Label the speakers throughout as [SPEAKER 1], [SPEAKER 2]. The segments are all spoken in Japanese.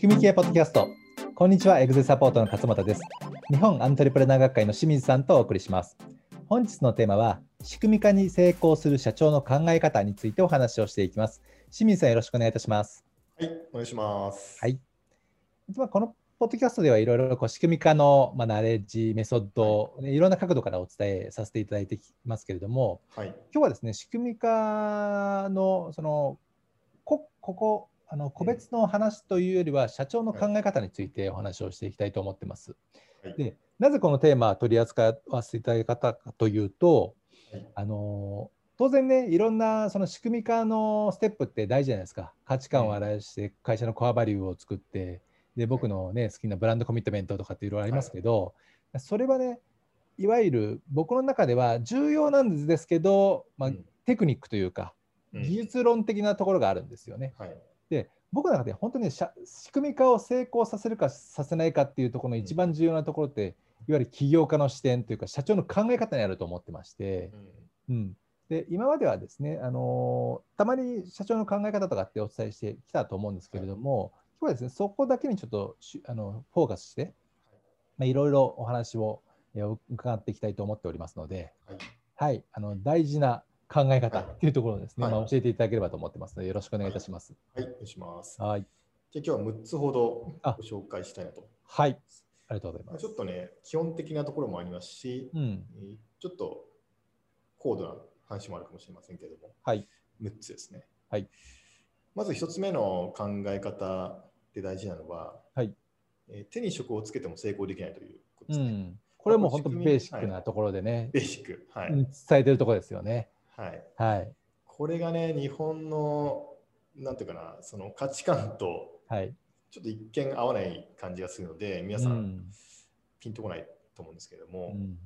[SPEAKER 1] 組み系ポッドキャストこんにちはエグゼサポートの勝俣です日本アントレプレナー学会の清水さんとお送りします本日のテーマは仕組み化に成功する社長の考え方についてお話をしていきます清水さんよろしくお願いいたします
[SPEAKER 2] はい、お願いします。
[SPEAKER 1] はいまあこのポッドキャストではいろいろこう仕組み化の、まあ、ナレッジメソッドいろんな角度からお伝えさせていただいてきますけれども
[SPEAKER 2] はい。
[SPEAKER 1] 今日はですね仕組み化のそのこここあの個別の話というよりは社長の考え方についてお話をしていきたいと思ってます。
[SPEAKER 2] はい
[SPEAKER 1] でなぜこのテーマを取り扱わせていただいたかというと
[SPEAKER 2] はい
[SPEAKER 1] あの当然ねいろんなその仕組み化のステップって大事じゃないですか価値観を表して会社のコアバリューを作ってで僕の、ね、好きなブランドコミットメントとかっていろいろありますけど、それはねいわゆる僕の中では重要なんですけど、まあ
[SPEAKER 2] うん
[SPEAKER 1] テクニックというか
[SPEAKER 2] うん
[SPEAKER 1] 技術論的なところがあるんですよね。
[SPEAKER 2] はい。
[SPEAKER 1] で僕の中で本当に社仕組み化を成功させるかさせないかっていうところの一番重要なところって、いわゆる起業家の視点というか社長の考え方にあると思ってまして、うん、で今まではですね、あのーたまに社長の考え方とかってお伝えしてきたと思うんですけれども、今日はですねそこだけにちょっとしあのフォーカスして、まあ、いろいろお話をえー伺っていきたいと思っておりますので、
[SPEAKER 2] はい
[SPEAKER 1] はい、あの大事な考え方っていうところをですね、
[SPEAKER 2] はい
[SPEAKER 1] まあ、教えていただければと思ってますのでよろしくお願いいたします。
[SPEAKER 2] はい、お願いします。
[SPEAKER 1] はい、
[SPEAKER 2] じゃあ今日は6つほど
[SPEAKER 1] あ
[SPEAKER 2] ご紹介したいなと。
[SPEAKER 1] はい、ありがとうござい
[SPEAKER 2] ま
[SPEAKER 1] ま
[SPEAKER 2] あ
[SPEAKER 1] す。
[SPEAKER 2] ちょっとね、基本的なところもありますし、
[SPEAKER 1] うん、
[SPEAKER 2] えーちょっと高度な話もあるかもしれませんけれども、
[SPEAKER 1] はい、
[SPEAKER 2] 6つですね。
[SPEAKER 1] はい。
[SPEAKER 2] まず1つ目の考え方で大事なのは、
[SPEAKER 1] はい
[SPEAKER 2] えー手に職をつけても成功できないということ
[SPEAKER 1] う
[SPEAKER 2] ですね。
[SPEAKER 1] ん、これはもう本当ベーシックなところでね、
[SPEAKER 2] ベーシック。はい。
[SPEAKER 1] うん伝えてるところですよね。
[SPEAKER 2] はい。
[SPEAKER 1] はい、
[SPEAKER 2] これがね、日本の、なんていうかな、その価値観と
[SPEAKER 1] はい、
[SPEAKER 2] ちょっと一見合わない感じがするので、皆さ
[SPEAKER 1] うんん
[SPEAKER 2] ピンとこないと思うんですけれど
[SPEAKER 1] う
[SPEAKER 2] も、
[SPEAKER 1] ん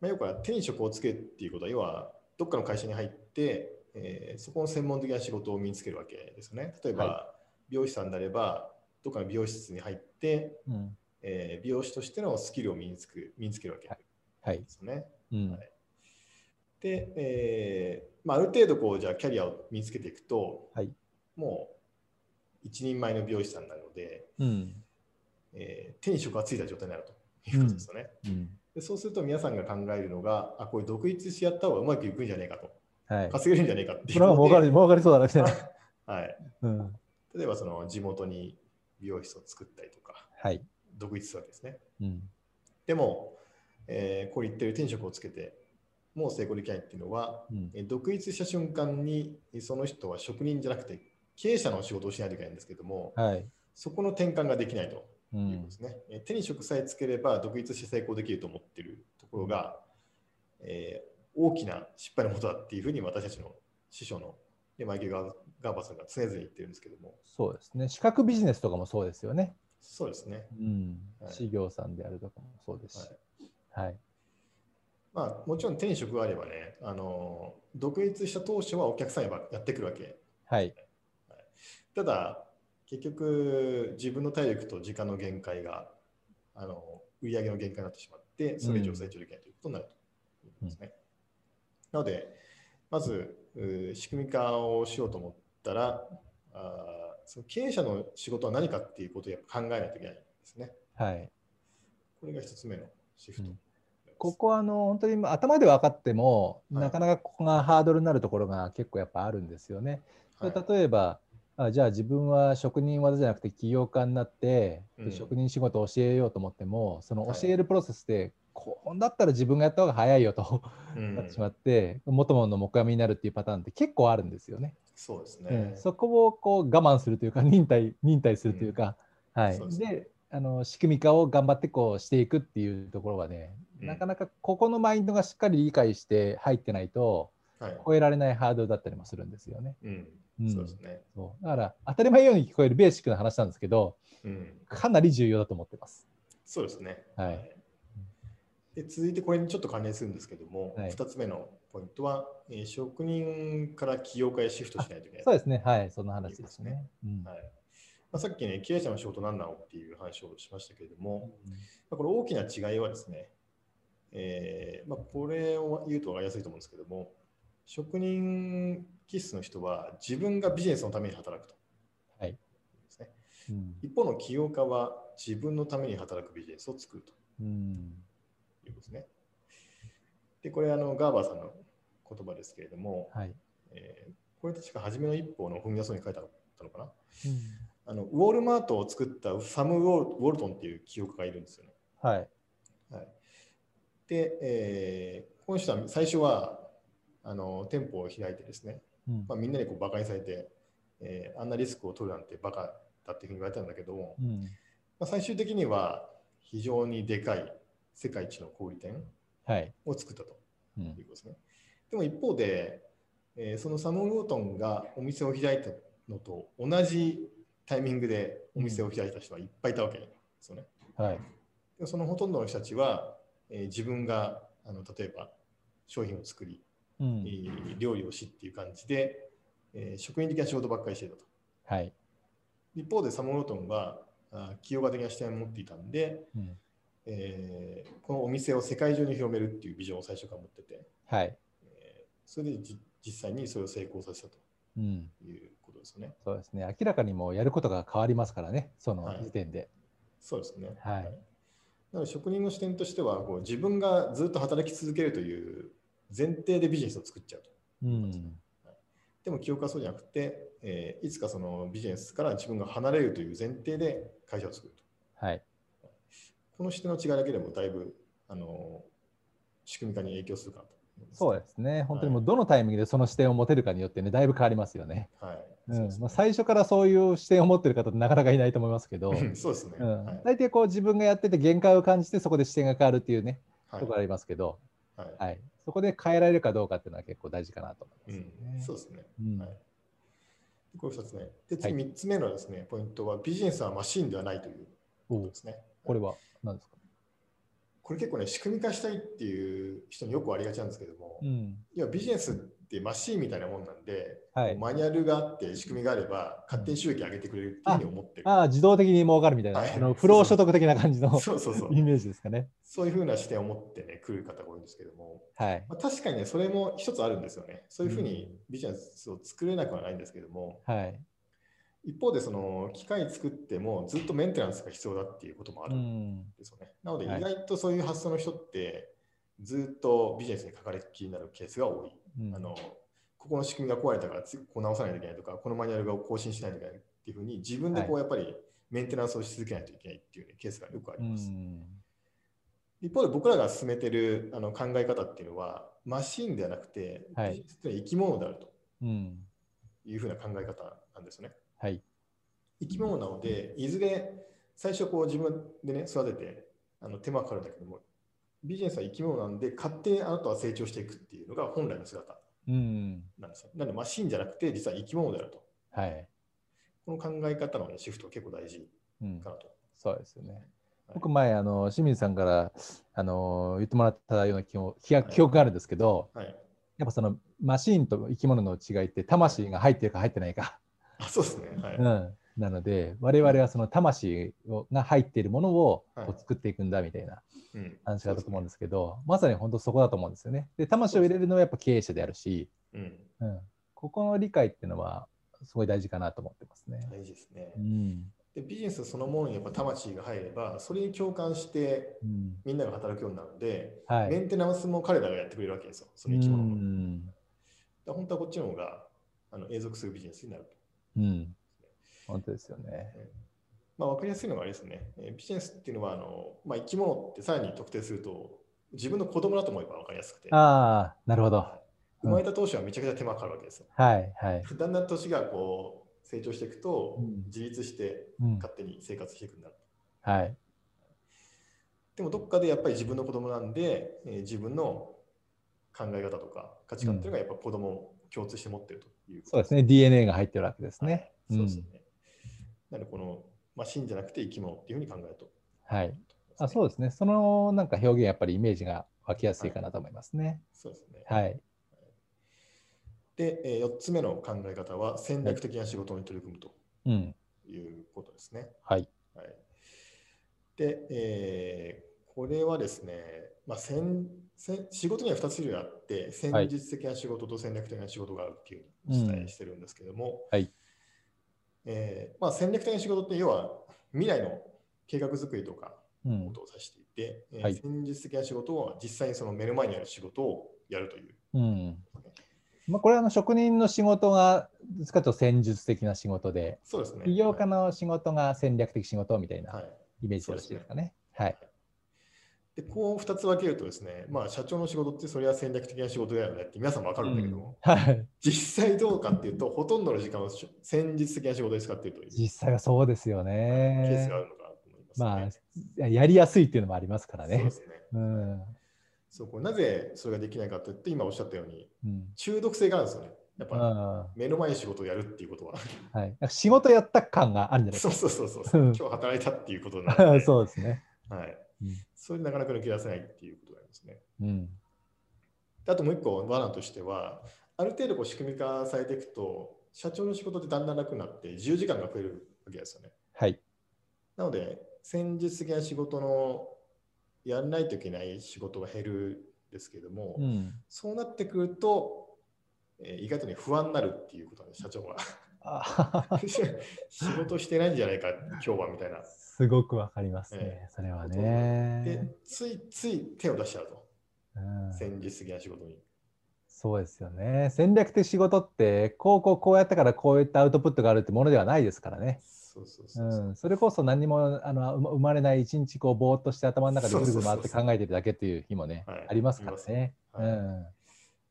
[SPEAKER 2] まあ、よくは手に職をつけるっていうことは、要はどっかの会社に入って、えーそこの専門的な仕事を身につけるわけですよね。例えば、
[SPEAKER 1] は
[SPEAKER 2] 美容師さんであれば、どっかの美容室に入って、
[SPEAKER 1] うん、
[SPEAKER 2] えー美容師としてのスキルを身につく身につけるわけで
[SPEAKER 1] はい、
[SPEAKER 2] すよね。
[SPEAKER 1] うん、
[SPEAKER 2] で、えーまあ、ある程度こう、じゃあキャリアを身につけていくと、
[SPEAKER 1] はい
[SPEAKER 2] もう一人前の美容師さんになるので、
[SPEAKER 1] うん、
[SPEAKER 2] えー手に職がついた状態になるということですよね。
[SPEAKER 1] うん、
[SPEAKER 2] でそうすると皆さんが考えるのが、あ、これ独立してやった方がうまくいくんじゃねえかと、
[SPEAKER 1] はい。
[SPEAKER 2] 稼げるんじゃねえかってい
[SPEAKER 1] そうれは
[SPEAKER 2] こ
[SPEAKER 1] 儲
[SPEAKER 2] と
[SPEAKER 1] か
[SPEAKER 2] で
[SPEAKER 1] る、儲かりそうだなみたいな。
[SPEAKER 2] はい、
[SPEAKER 1] うん、
[SPEAKER 2] 例えばその地元に美容室を作ったりとか、
[SPEAKER 1] はい、
[SPEAKER 2] 独立するわけですね。
[SPEAKER 1] うん、
[SPEAKER 2] でも、えーこれ言ってる転職をつけて、もう成功できないっていうのは、
[SPEAKER 1] うん、
[SPEAKER 2] えー独立した瞬間にその人は職人じゃなくて経営者の仕事をしないといけないんですけども、
[SPEAKER 1] はい、
[SPEAKER 2] そこの転換ができないと
[SPEAKER 1] う
[SPEAKER 2] いうこと
[SPEAKER 1] ん
[SPEAKER 2] で、すね。えー手に職さえつければ独立して成功できると思ってるところが、えー大きな失敗のことだっていうふうに私たちの師匠のねマイケル・ガーガーバーさんが常々言ってるんですけども、
[SPEAKER 1] そうですね。資格ビジネスとかもそうですよね。
[SPEAKER 2] そうですね。
[SPEAKER 1] うん、
[SPEAKER 2] はい
[SPEAKER 1] 事業さんであるとかもそうですし、はい、
[SPEAKER 2] まあ、もちろん手に職があればね、あのー独立した当初はお客さんやっぱやってくるわけ。
[SPEAKER 1] はい、
[SPEAKER 2] ただ、結局自分の体力と時間の限界が、あのー売り上げの限界になってしまって、それ以上成長できないということになるということですね。なので、まずうー仕組み化をしようと思ったら、あーその経営者の仕事は何かっていうことをやっぱ考えないといけないですね。
[SPEAKER 1] はい。
[SPEAKER 2] これが一つ目のシフト
[SPEAKER 1] うん。ここはあの本当に頭で分かっても、
[SPEAKER 2] はい
[SPEAKER 1] なかなかここがハードルになるところが結構やっぱあるんですよね。
[SPEAKER 2] はい、
[SPEAKER 1] 例えばあじゃあ自分は職人技じゃなくて起業家になって、で
[SPEAKER 2] うん
[SPEAKER 1] 職人仕事を教えようと思ってもその
[SPEAKER 2] はい
[SPEAKER 1] 教えるプロセスで、こうだったら自分がやった方が早いよと
[SPEAKER 2] う ん
[SPEAKER 1] なってしまって、元々の目阿弥になるっていうパターンって結構あるんですよね。
[SPEAKER 2] そうです
[SPEAKER 1] うん
[SPEAKER 2] ね。
[SPEAKER 1] そこをこう我慢するというか忍耐忍耐するというか、はい
[SPEAKER 2] そう
[SPEAKER 1] で
[SPEAKER 2] ですね
[SPEAKER 1] あの仕組み化を頑張ってこうしていくっていうところはね、
[SPEAKER 2] うん
[SPEAKER 1] なかなかここのマインドがしっかり理解して入ってないと
[SPEAKER 2] はい。
[SPEAKER 1] 超えられないハードルだったりもするんですよね。
[SPEAKER 2] うん
[SPEAKER 1] うん
[SPEAKER 2] そうですね。
[SPEAKER 1] そうだから当たり前のように聞こえるベーシックな話なんですけど
[SPEAKER 2] うん、
[SPEAKER 1] かなり重要だと思ってます。
[SPEAKER 2] そうですね。
[SPEAKER 1] はい。
[SPEAKER 2] で続いてこれにちょっと関連するんですけども、
[SPEAKER 1] はい
[SPEAKER 2] 2つ目のポイントは、えー職人から起業家へシフトしないといけない。
[SPEAKER 1] そうですねはいその話ですね。うん
[SPEAKER 2] はいまあ、さっきね、経営者の仕事何なのっていう話をしましたけれども、まあ、これ大きな違いはですね、えーまあ、これを言うと分かりやすいと思うんですけども、職人気質の人は自分がビジネスのために働くと。
[SPEAKER 1] はい
[SPEAKER 2] ですね
[SPEAKER 1] うん
[SPEAKER 2] 一方の起業家は自分のために働くビジネスを作ると
[SPEAKER 1] うん
[SPEAKER 2] いうことですね。で、これあのガーバーさんの言葉ですけれども、
[SPEAKER 1] はい。
[SPEAKER 2] えーこれ確か初めの一歩の踏み出そうに書いてあったのかな。あのウォールマートを作ったサム・ウォルウォルトンっていう起業家がいるんですよね。
[SPEAKER 1] はい。
[SPEAKER 2] はい、で、えーこの人は最初はあの店舗を開いてですね、
[SPEAKER 1] うん
[SPEAKER 2] まあ、みんなにこうバカにされて、えーあんなリスクを取るなんてバカだっていうふうに言われたんだけども、
[SPEAKER 1] うん
[SPEAKER 2] まあ、最終的には非常にでかい世界一の小売店
[SPEAKER 1] はい。
[SPEAKER 2] を作ったと
[SPEAKER 1] う
[SPEAKER 2] い
[SPEAKER 1] ん
[SPEAKER 2] うことですね。でも一方で、えーそのサム・ウォルトンがお店を開いたのと同じタイミングでお店を開いた人はいっぱいいたわけですよね。
[SPEAKER 1] はい。
[SPEAKER 2] でそのほとんどの人たちは、えー自分があの例えば商品を作り、
[SPEAKER 1] うん
[SPEAKER 2] えー料理をしっていう感じで、えー職人的な仕事ばっかりしていたと。
[SPEAKER 1] はい。
[SPEAKER 2] 一方でサム・ウォルトンはあー起業家的な視点を持っていたんで、
[SPEAKER 1] うん
[SPEAKER 2] えーこのお店を世界中に広めるっていうビジョンを最初から持ってて、
[SPEAKER 1] はい。
[SPEAKER 2] えーそれでじ実際にそれを成功させたと
[SPEAKER 1] うん。
[SPEAKER 2] いうことですよね。
[SPEAKER 1] そうですね。明らかにもうやることが変わりますからね。その
[SPEAKER 2] はい
[SPEAKER 1] 時点で。
[SPEAKER 2] そうですね。
[SPEAKER 1] はい
[SPEAKER 2] なので職人の視点としてはこう自分がずっと働き続けるという前提でビジネスを作っちゃうと。
[SPEAKER 1] うん。
[SPEAKER 2] でも記憶はそうじゃなくて、えーいつかそのビジネスから自分が離れるという前提で会社を作ると。
[SPEAKER 1] はい。
[SPEAKER 2] この視点の違いだけでもだいぶあの仕組み化に影響するかなと思います。
[SPEAKER 1] そうですね。本当にもうどのタイミングでその視点を持てるかによってね、だいぶ変わりますよね。
[SPEAKER 2] はい。
[SPEAKER 1] う
[SPEAKER 2] そうんです
[SPEAKER 1] まあ、
[SPEAKER 2] ね
[SPEAKER 1] 最初からそういう視点を持ってる方ってなかなかいないと思いますけど、
[SPEAKER 2] うん そうですね。
[SPEAKER 1] う
[SPEAKER 2] はい
[SPEAKER 1] ん、大抵こう自分がやってて限界を感じてそこで視点が変わるっていうね、
[SPEAKER 2] はい
[SPEAKER 1] ところありますけど、
[SPEAKER 2] はい
[SPEAKER 1] はい、そこで変えられるかどうかっていうのは結構大事かなと思いますよね。
[SPEAKER 2] うんそうですね。
[SPEAKER 1] うん
[SPEAKER 2] はいこれ2つ目。で、
[SPEAKER 1] はい
[SPEAKER 2] 次3つ目のですね、ポイントは、ビジネスはマシンではないという
[SPEAKER 1] お
[SPEAKER 2] こと
[SPEAKER 1] う
[SPEAKER 2] ですね。
[SPEAKER 1] これは何ですか、
[SPEAKER 2] これ結構ね、仕組み化したいっていう人によくありがちなんですけども、
[SPEAKER 1] うん
[SPEAKER 2] いやビジネスってマシンみたいなもんなんで、
[SPEAKER 1] はい
[SPEAKER 2] マニュアルがあって仕組みがあれば勝手に収益上げてくれるっていうふうに思ってる。
[SPEAKER 1] ああ自動的に儲かるみたいな、
[SPEAKER 2] はい
[SPEAKER 1] あの不労所得的な感じの
[SPEAKER 2] そうそうそ う。
[SPEAKER 1] イメージですかね。
[SPEAKER 2] そういうふうな視点を持ってね、来る方が多いんですけども、
[SPEAKER 1] はい、
[SPEAKER 2] まあ、確かにね、それも一つあるんですよね。そういうふうにビジネスを作れなくはないんですけども、
[SPEAKER 1] はい
[SPEAKER 2] 一方で、その機械作ってもずっとメンテナンスが必要だっていうこともあ
[SPEAKER 1] う
[SPEAKER 2] るん
[SPEAKER 1] ん
[SPEAKER 2] ですよね。なので、意
[SPEAKER 1] はい
[SPEAKER 2] 外とそういう発想の人って、ずっとビジネスにかかりっきりになるケースが多い。
[SPEAKER 1] うん
[SPEAKER 2] あのここの仕組みが壊れたから次こう直さないといけないとかこのマニュアルが更新しないといけないっていうふうに自分でこうやっぱりメンテナンスをし続けないといけないっていうね、ケースがよくあ
[SPEAKER 1] う
[SPEAKER 2] ります、
[SPEAKER 1] ん
[SPEAKER 2] 一方で僕らが進めてるあの考え方っていうのはマシンではなくて、
[SPEAKER 1] はい
[SPEAKER 2] ビジネスっていうのは生き物であると
[SPEAKER 1] うん
[SPEAKER 2] いうふうな考え方なんですよね
[SPEAKER 1] はい
[SPEAKER 2] 生き物なのでいずれ最初こう自分でね育ててあの手間かかるんだけどもビジネスは生き物なんで勝手にあなたは成長していくっていうのが本来の姿
[SPEAKER 1] うん
[SPEAKER 2] なんですよなのでマシンじゃなくて実は生き物であると
[SPEAKER 1] はい
[SPEAKER 2] この考え方の、ね、シフトは結構大事
[SPEAKER 1] うん
[SPEAKER 2] かなと。
[SPEAKER 1] そうですよね。
[SPEAKER 2] はい
[SPEAKER 1] 僕前あの清水さんからあの言ってもらったような記憶記憶記憶があるんですけど、
[SPEAKER 2] はい。
[SPEAKER 1] やっぱそのマシーンと生き物の違いって魂が入ってるか入ってないか、
[SPEAKER 2] あ、そうですね。はい。
[SPEAKER 1] う
[SPEAKER 2] はい。
[SPEAKER 1] ん、なので我々はその魂をが入っているものを
[SPEAKER 2] はい
[SPEAKER 1] こう作っていくんだみたいな
[SPEAKER 2] うん。
[SPEAKER 1] 話があったと思うんですけど、まさに本当そこだと思うんですよね。で魂を入れるのはやっぱ経営者であるし、
[SPEAKER 2] うん。
[SPEAKER 1] うん、ここの理解っていうのはすごい大事かなと思ってますね。
[SPEAKER 2] 大事ですね
[SPEAKER 1] う。ん
[SPEAKER 2] で、ビジネスそのものにやっぱ魂が入れば、それに共感して
[SPEAKER 1] うん、
[SPEAKER 2] みんなが働くようになるので、
[SPEAKER 1] は
[SPEAKER 2] メ
[SPEAKER 1] い。
[SPEAKER 2] ンテナンスも彼らがやってくれるわけですよ。そうの生き物の。だか
[SPEAKER 1] ん
[SPEAKER 2] ら本当はこっちの方があの永続するビジネスになると。
[SPEAKER 1] うん、本当ですよね。
[SPEAKER 2] まあ、わかりやすいのがあれですね。えービジネスっていうのは、あの、まあ、生き物ってさらに特定すると、自分の子供だと思えばわかりやすくて、
[SPEAKER 1] ああ、なるほど。
[SPEAKER 2] 生まれた当初はめちゃくちゃ手間かかるわけですよ。
[SPEAKER 1] はいはい。
[SPEAKER 2] だんだん年がこう成長していくと、
[SPEAKER 1] うん
[SPEAKER 2] 自立して
[SPEAKER 1] うん、
[SPEAKER 2] 勝手に生活していくんだ
[SPEAKER 1] はい。
[SPEAKER 2] でもどっかでやっぱり自分の子供なんで、えー自分の考え方とか価値観っていうのがやっぱ子供を共通して持ってるということ
[SPEAKER 1] そうですね。DNA が入ってるわけですね。
[SPEAKER 2] はい
[SPEAKER 1] うん
[SPEAKER 2] そうですね。なのでこの、まあ、真じゃなくて生き物っていうふうに考えると、
[SPEAKER 1] はい。あそうですね。そのなんか表現、やっぱりイメージが湧きやすいかなと思いますね。
[SPEAKER 2] そうですね。
[SPEAKER 1] はい。
[SPEAKER 2] で、え4つ目の考え方は戦略的な仕事に取り組むと
[SPEAKER 1] うん。
[SPEAKER 2] いうことですね。
[SPEAKER 1] はい。
[SPEAKER 2] はい、で、えーこれはですね、まあ、戦戦仕事には2つ種類あって、戦
[SPEAKER 1] はい
[SPEAKER 2] 術的な仕事と戦略的な仕事があるっていうふうにお伝えしてるんですけども、
[SPEAKER 1] はい
[SPEAKER 2] えーまあ、戦略的な仕事って要は未来の計画づくりとか
[SPEAKER 1] う
[SPEAKER 2] こ
[SPEAKER 1] ん
[SPEAKER 2] とを指していて、えー
[SPEAKER 1] はい
[SPEAKER 2] 戦術的な仕事は実際にその目の前にある仕事をやるという。
[SPEAKER 1] うんまあ、これはあの職人の仕事がどっちかというと戦術的な仕事で
[SPEAKER 2] そうですね。
[SPEAKER 1] 起業家の仕事が戦略的仕事みたい
[SPEAKER 2] は、
[SPEAKER 1] ないイメージでよろしいですかね。はい、
[SPEAKER 2] でこう2つ分けるとですね、まあ、社長の仕事ってそれは戦略的な仕事だよねって皆さん分かるんだけども、
[SPEAKER 1] はい、
[SPEAKER 2] 実際どうかっていうと、ほとんどの時間を戦術的な仕事に使っているというケ
[SPEAKER 1] 実際はそうですよ
[SPEAKER 2] ース
[SPEAKER 1] ね
[SPEAKER 2] があ。るのかなと思います、ね。
[SPEAKER 1] まあやりやすいっていうのもありますから
[SPEAKER 2] そうで
[SPEAKER 1] ね。
[SPEAKER 2] すね。
[SPEAKER 1] うん
[SPEAKER 2] そうこうなぜそれができないかというと、今おっしゃったように、
[SPEAKER 1] うん
[SPEAKER 2] 中毒性があるんですよね。やっ
[SPEAKER 1] う
[SPEAKER 2] ぱ
[SPEAKER 1] ん
[SPEAKER 2] 目の前に仕事をやるっていうことは。
[SPEAKER 1] はい、なんか仕事やった感があるんじゃないです
[SPEAKER 2] そうそうそうそう。
[SPEAKER 1] うん
[SPEAKER 2] 今日働いたっていうことなの
[SPEAKER 1] か。、
[SPEAKER 2] で
[SPEAKER 1] そうですね。
[SPEAKER 2] はい
[SPEAKER 1] うん。
[SPEAKER 2] それなかなか抜け出せないっていうことなんですね。
[SPEAKER 1] うん
[SPEAKER 2] であともう一個罠としては、ある程度こう仕組み化されていくと、社長の仕事ってだんだん楽になって、自由時間が増えるわけですよね。
[SPEAKER 1] はい。
[SPEAKER 2] なので、戦術的な仕事のやらないといけない仕事が減るんですけれども、
[SPEAKER 1] うん、
[SPEAKER 2] そうなってくると、えー意外とね、不安になるっていうことなんです、社 長は。
[SPEAKER 1] あ
[SPEAKER 2] 仕事してないんじゃないか、今日はみたいな。
[SPEAKER 1] すごくわかりますね、
[SPEAKER 2] え
[SPEAKER 1] それは
[SPEAKER 2] で
[SPEAKER 1] ね。、
[SPEAKER 2] ついつい手を出しちゃうと、
[SPEAKER 1] うん
[SPEAKER 2] 戦術的な仕事に。
[SPEAKER 1] そうですよね。戦略的仕事って、こうこうこうやったからこういったアウトプットがあるってものではないですからね。
[SPEAKER 2] そうそう
[SPEAKER 1] う
[SPEAKER 2] そうそう。
[SPEAKER 1] ん、それこそ何もあのうま生まれない一日こうぼーっとして頭の中でぐるぐる回って考えてるだけっていう日もね
[SPEAKER 2] そうそうそう
[SPEAKER 1] ありますからね。
[SPEAKER 2] は
[SPEAKER 1] う
[SPEAKER 2] い
[SPEAKER 1] ん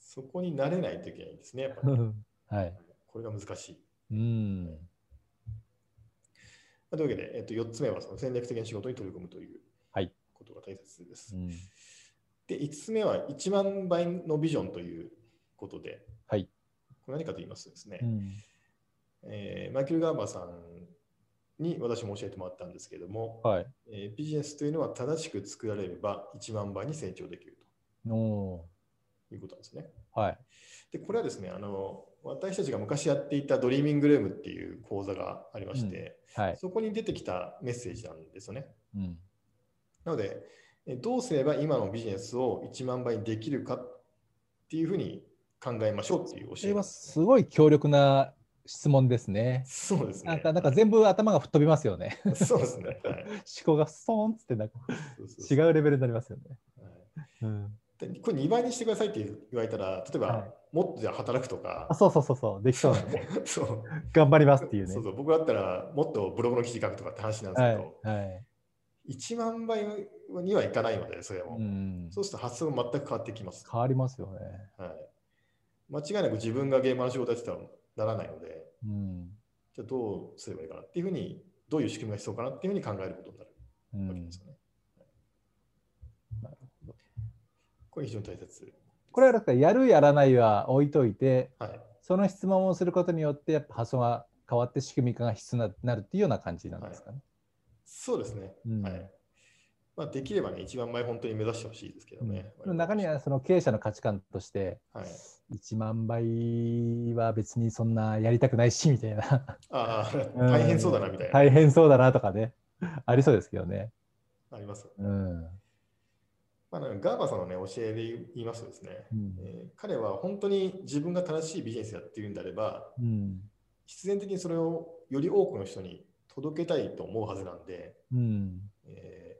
[SPEAKER 2] そこに慣れないといけないんですね、やっぱり、
[SPEAKER 1] はい。
[SPEAKER 2] これが難しい。
[SPEAKER 1] うん。
[SPEAKER 2] まあというわけで、えっと、4つ目はその戦略的な仕事に取り組むという
[SPEAKER 1] はい
[SPEAKER 2] ことが大切です。
[SPEAKER 1] うん
[SPEAKER 2] で、5つ目は1万倍のビジョンということで、
[SPEAKER 1] はい。
[SPEAKER 2] これ何かと言いますとですね、
[SPEAKER 1] うん
[SPEAKER 2] えーマイケル・ガーバーさんに私も教えてもらったんですけれども、
[SPEAKER 1] はい。
[SPEAKER 2] えービジネスというのは正しく作られれば1万倍に成長できる
[SPEAKER 1] お
[SPEAKER 2] ということなんですね。
[SPEAKER 1] ーはい。
[SPEAKER 2] で、これはですね、あの私たちが昔やっていたドリーミングルームっていう講座がありまして、
[SPEAKER 1] はい。
[SPEAKER 2] そこに出てきたメッセージなんですよね。
[SPEAKER 1] うん。
[SPEAKER 2] なので、えどうすれば今のビジネスを1万倍にできるかっていうふうに考えましょうっていう
[SPEAKER 1] そ
[SPEAKER 2] 教え
[SPEAKER 1] れ
[SPEAKER 2] で
[SPEAKER 1] は
[SPEAKER 2] す
[SPEAKER 1] すごい強力な質問ですね。
[SPEAKER 2] そうです
[SPEAKER 1] なん
[SPEAKER 2] ね。
[SPEAKER 1] かなんか全部頭が吹っ飛びますよね。
[SPEAKER 2] そうですね。はい
[SPEAKER 1] 思考がストーンっつってなんか
[SPEAKER 2] そうそう
[SPEAKER 1] 違
[SPEAKER 2] そう
[SPEAKER 1] うレベルになりますよね。
[SPEAKER 2] はい
[SPEAKER 1] うん、
[SPEAKER 2] でこれ2倍にしてくださいって言われたら、例えば、
[SPEAKER 1] はい
[SPEAKER 2] もっとじゃあ働くとか
[SPEAKER 1] あ、、そうそうそうそう、できそうなね。
[SPEAKER 2] そう
[SPEAKER 1] 頑張りますっていうね。
[SPEAKER 2] そうそう僕だったら、もっとブログの記事書くとかって話なんです
[SPEAKER 1] は
[SPEAKER 2] け
[SPEAKER 1] い
[SPEAKER 2] ど、
[SPEAKER 1] はい。
[SPEAKER 2] 1万倍にはいかないので、それも。
[SPEAKER 1] うん。
[SPEAKER 2] そうすると発想が全く変わってきます。
[SPEAKER 1] 変わりますよね。
[SPEAKER 2] はい、間違いなく自分が現場の仕事やってたらならないので、
[SPEAKER 1] うん。
[SPEAKER 2] じゃあどうすればいいかなっていうふうに、どういう仕組みが必要かなっていうふうに考えることになる
[SPEAKER 1] う
[SPEAKER 2] わけ
[SPEAKER 1] ん
[SPEAKER 2] です、よね。これ非常に大切。
[SPEAKER 1] これはだからやるやらないは置いといて、
[SPEAKER 2] はい。
[SPEAKER 1] その質問をすることによってやっぱ発想が変わって仕組み化が必要になるっていうような感じなんですかね。
[SPEAKER 2] そうですね。
[SPEAKER 1] うん
[SPEAKER 2] はいまあ、できればね、一番前本当に目指してほしいですけどね。
[SPEAKER 1] うんでも中にはその経営者の価値観として
[SPEAKER 2] はい、
[SPEAKER 1] 1万倍は別にそんなやりたくないしみたいな
[SPEAKER 2] ああ、
[SPEAKER 1] うん
[SPEAKER 2] 大変そうだなみたい な。
[SPEAKER 1] 大変そうだなとかねありそうですけどね。
[SPEAKER 2] あります。
[SPEAKER 1] うん
[SPEAKER 2] まあ、なんかガーバーさんのね、教えで言いますとですね、
[SPEAKER 1] うん
[SPEAKER 2] えー彼は本当に自分が正しいビジネスやっているんであれば、
[SPEAKER 1] うん
[SPEAKER 2] 必然的にそれをより多くの人に届けたいと思うはずなんで、
[SPEAKER 1] うん
[SPEAKER 2] えー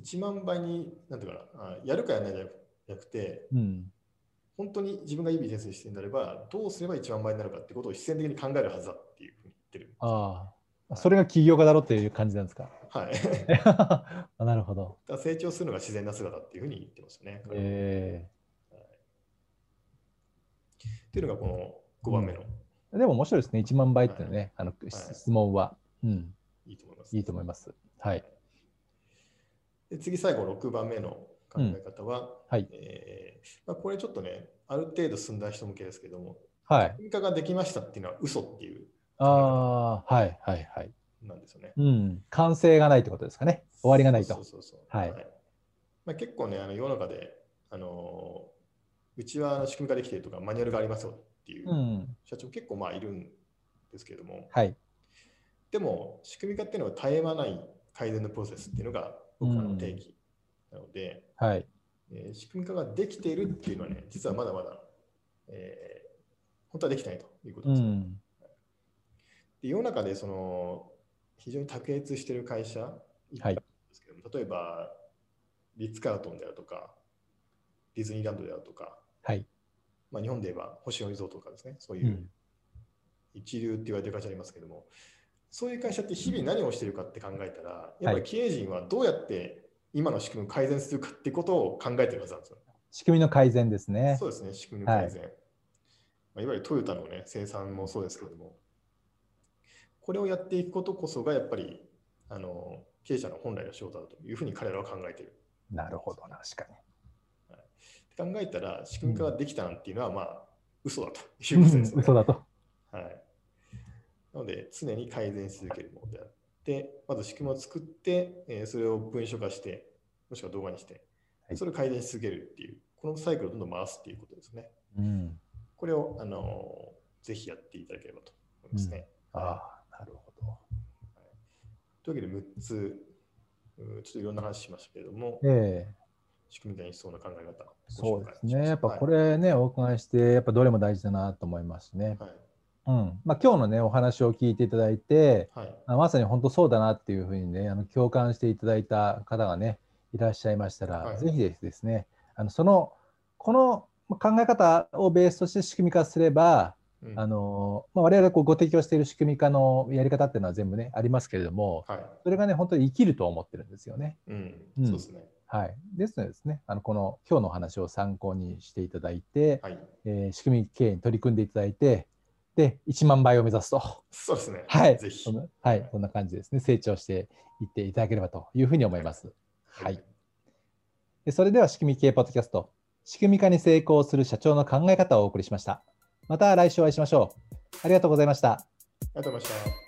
[SPEAKER 2] 1万倍に、なんていうかな、あやるかやらないじゃなくて、
[SPEAKER 1] うん
[SPEAKER 2] 本当に自分がいいビジネスをしているんであれば、どうすれば1万倍になるかってことを必然的に考えるはずだっていうふうに言ってる。
[SPEAKER 1] ああそれが起業家だろっていう感じなんですか。
[SPEAKER 2] はい。
[SPEAKER 1] あなるほど。
[SPEAKER 2] だから成長するのが自然な姿っていうふうに言ってましたね。彼は
[SPEAKER 1] え
[SPEAKER 2] っていうのがこの5番目の、
[SPEAKER 1] えでも面白いですね。1万倍っていうのね、あの質問は、うん、
[SPEAKER 2] いいと思います。
[SPEAKER 1] いいと思います。はい。
[SPEAKER 2] で次、最後6番目の考え方は、
[SPEAKER 1] はい。
[SPEAKER 2] えーまあ、これちょっとね、ある程度進んだ人向けですけども、
[SPEAKER 1] はい。
[SPEAKER 2] 文化ができましたっていうのは嘘っていう
[SPEAKER 1] ああ、はいはいはい。
[SPEAKER 2] なんですよね。
[SPEAKER 1] うん。完成がないってことですかね。終わりがない
[SPEAKER 2] そう
[SPEAKER 1] と。
[SPEAKER 2] そうそうそう
[SPEAKER 1] はい。
[SPEAKER 2] まあ、結構ね、あの世の中で、あのーうちはあの仕組みができているとか、マニュアルがありますよっていううん社長結構まあいるんですけれども、
[SPEAKER 1] はい。
[SPEAKER 2] でも仕組み化っていうのは絶え間ない改善のプロセスっていうのが僕らの定義なので、
[SPEAKER 1] はい。
[SPEAKER 2] えー仕組み化ができているっていうのはね、実はまだまだ、えー本当はできてないということ
[SPEAKER 1] う
[SPEAKER 2] ですね。
[SPEAKER 1] ん。
[SPEAKER 2] で世の中でその非常に卓越している会社いっぱいあるんですけども、例えばリッツ・カートンであるとかディズニーランドであるとか、
[SPEAKER 1] はい
[SPEAKER 2] まあ、日本で言えば星野リゾートとかですねそう
[SPEAKER 1] う
[SPEAKER 2] いうん一流って言われてる会社ありますけども、そういう会社って日々何をしてるかって考えたら、やっぱり経営陣はどうやって今の仕組みを改善するかってことを考えてるはずなんですよ。
[SPEAKER 1] 仕組みの改善ですね。
[SPEAKER 2] そうですね、仕組みの改善。いまあ、いわゆるトヨタの、ね、生産もそうですけれども、これをやっていくことこそがやっぱりあの経営者の本来の仕事だというふうに彼らは考えている。
[SPEAKER 1] なるほど、確か
[SPEAKER 2] って考えたら、仕組み化ができたなんていうのは、まあ、嘘だとい
[SPEAKER 1] に。う
[SPEAKER 2] うことで
[SPEAKER 1] ん
[SPEAKER 2] すよね
[SPEAKER 1] 嘘だと。
[SPEAKER 2] はい。なので、常に改善し続けるものであって、まず仕組みを作って、えーそれを文書化して、もしくは動画にして
[SPEAKER 1] は、い
[SPEAKER 2] それを改善し続けるっていう、このサイクルをどんどん回すっていうことですね。
[SPEAKER 1] うん、
[SPEAKER 2] これを、あのーぜひやっていただければと思いますね。
[SPEAKER 1] ああ、なるほ
[SPEAKER 2] というわけで、6つ、うんちょっといろんな話しましたけれども、
[SPEAKER 1] ど。ええ
[SPEAKER 2] 仕組み化にしそうな考え方、
[SPEAKER 1] そうです
[SPEAKER 2] ご紹介しま
[SPEAKER 1] ね。
[SPEAKER 2] した
[SPEAKER 1] やっぱこ、れね、お伺いして、やっぱどれも大事だなと思いますね。
[SPEAKER 2] はい。
[SPEAKER 1] うん。まあ今日のね、お話を聞いていただいて、
[SPEAKER 2] はい。はい
[SPEAKER 1] あまさに本当そうだなっていうふうにね、あの共感していただいた方がね、いらっしゃいましたら、
[SPEAKER 2] はい
[SPEAKER 1] ぜひですね、あのその、この考え方をベースとして仕組み化すれば、
[SPEAKER 2] うん
[SPEAKER 1] あのまあ、我々がこうご提供している仕組み化のやり方っていうのは全部ね、ありますけれども、
[SPEAKER 2] はい。
[SPEAKER 1] それがね、本当に生きると思ってるんですよね。
[SPEAKER 2] うん。
[SPEAKER 1] うん
[SPEAKER 2] そうですね。
[SPEAKER 1] はい。ですのでですね、あのこの今日のお話を参考にしていただいて、
[SPEAKER 2] はい。
[SPEAKER 1] えー仕組み経営に取り組んでいただいて、で、1万倍を目指すと。
[SPEAKER 2] そうですね。
[SPEAKER 1] はい。
[SPEAKER 2] ぜひ
[SPEAKER 1] そん。なはい。そんな感じですね。成長していっていただければというふうに思います。はい。でそれでは仕組み系ポッドキャスト、仕組み化に成功する社長の考え方をお送りしました。また来週お会いしましょう。ありがとうございました。
[SPEAKER 2] ありがとうございました。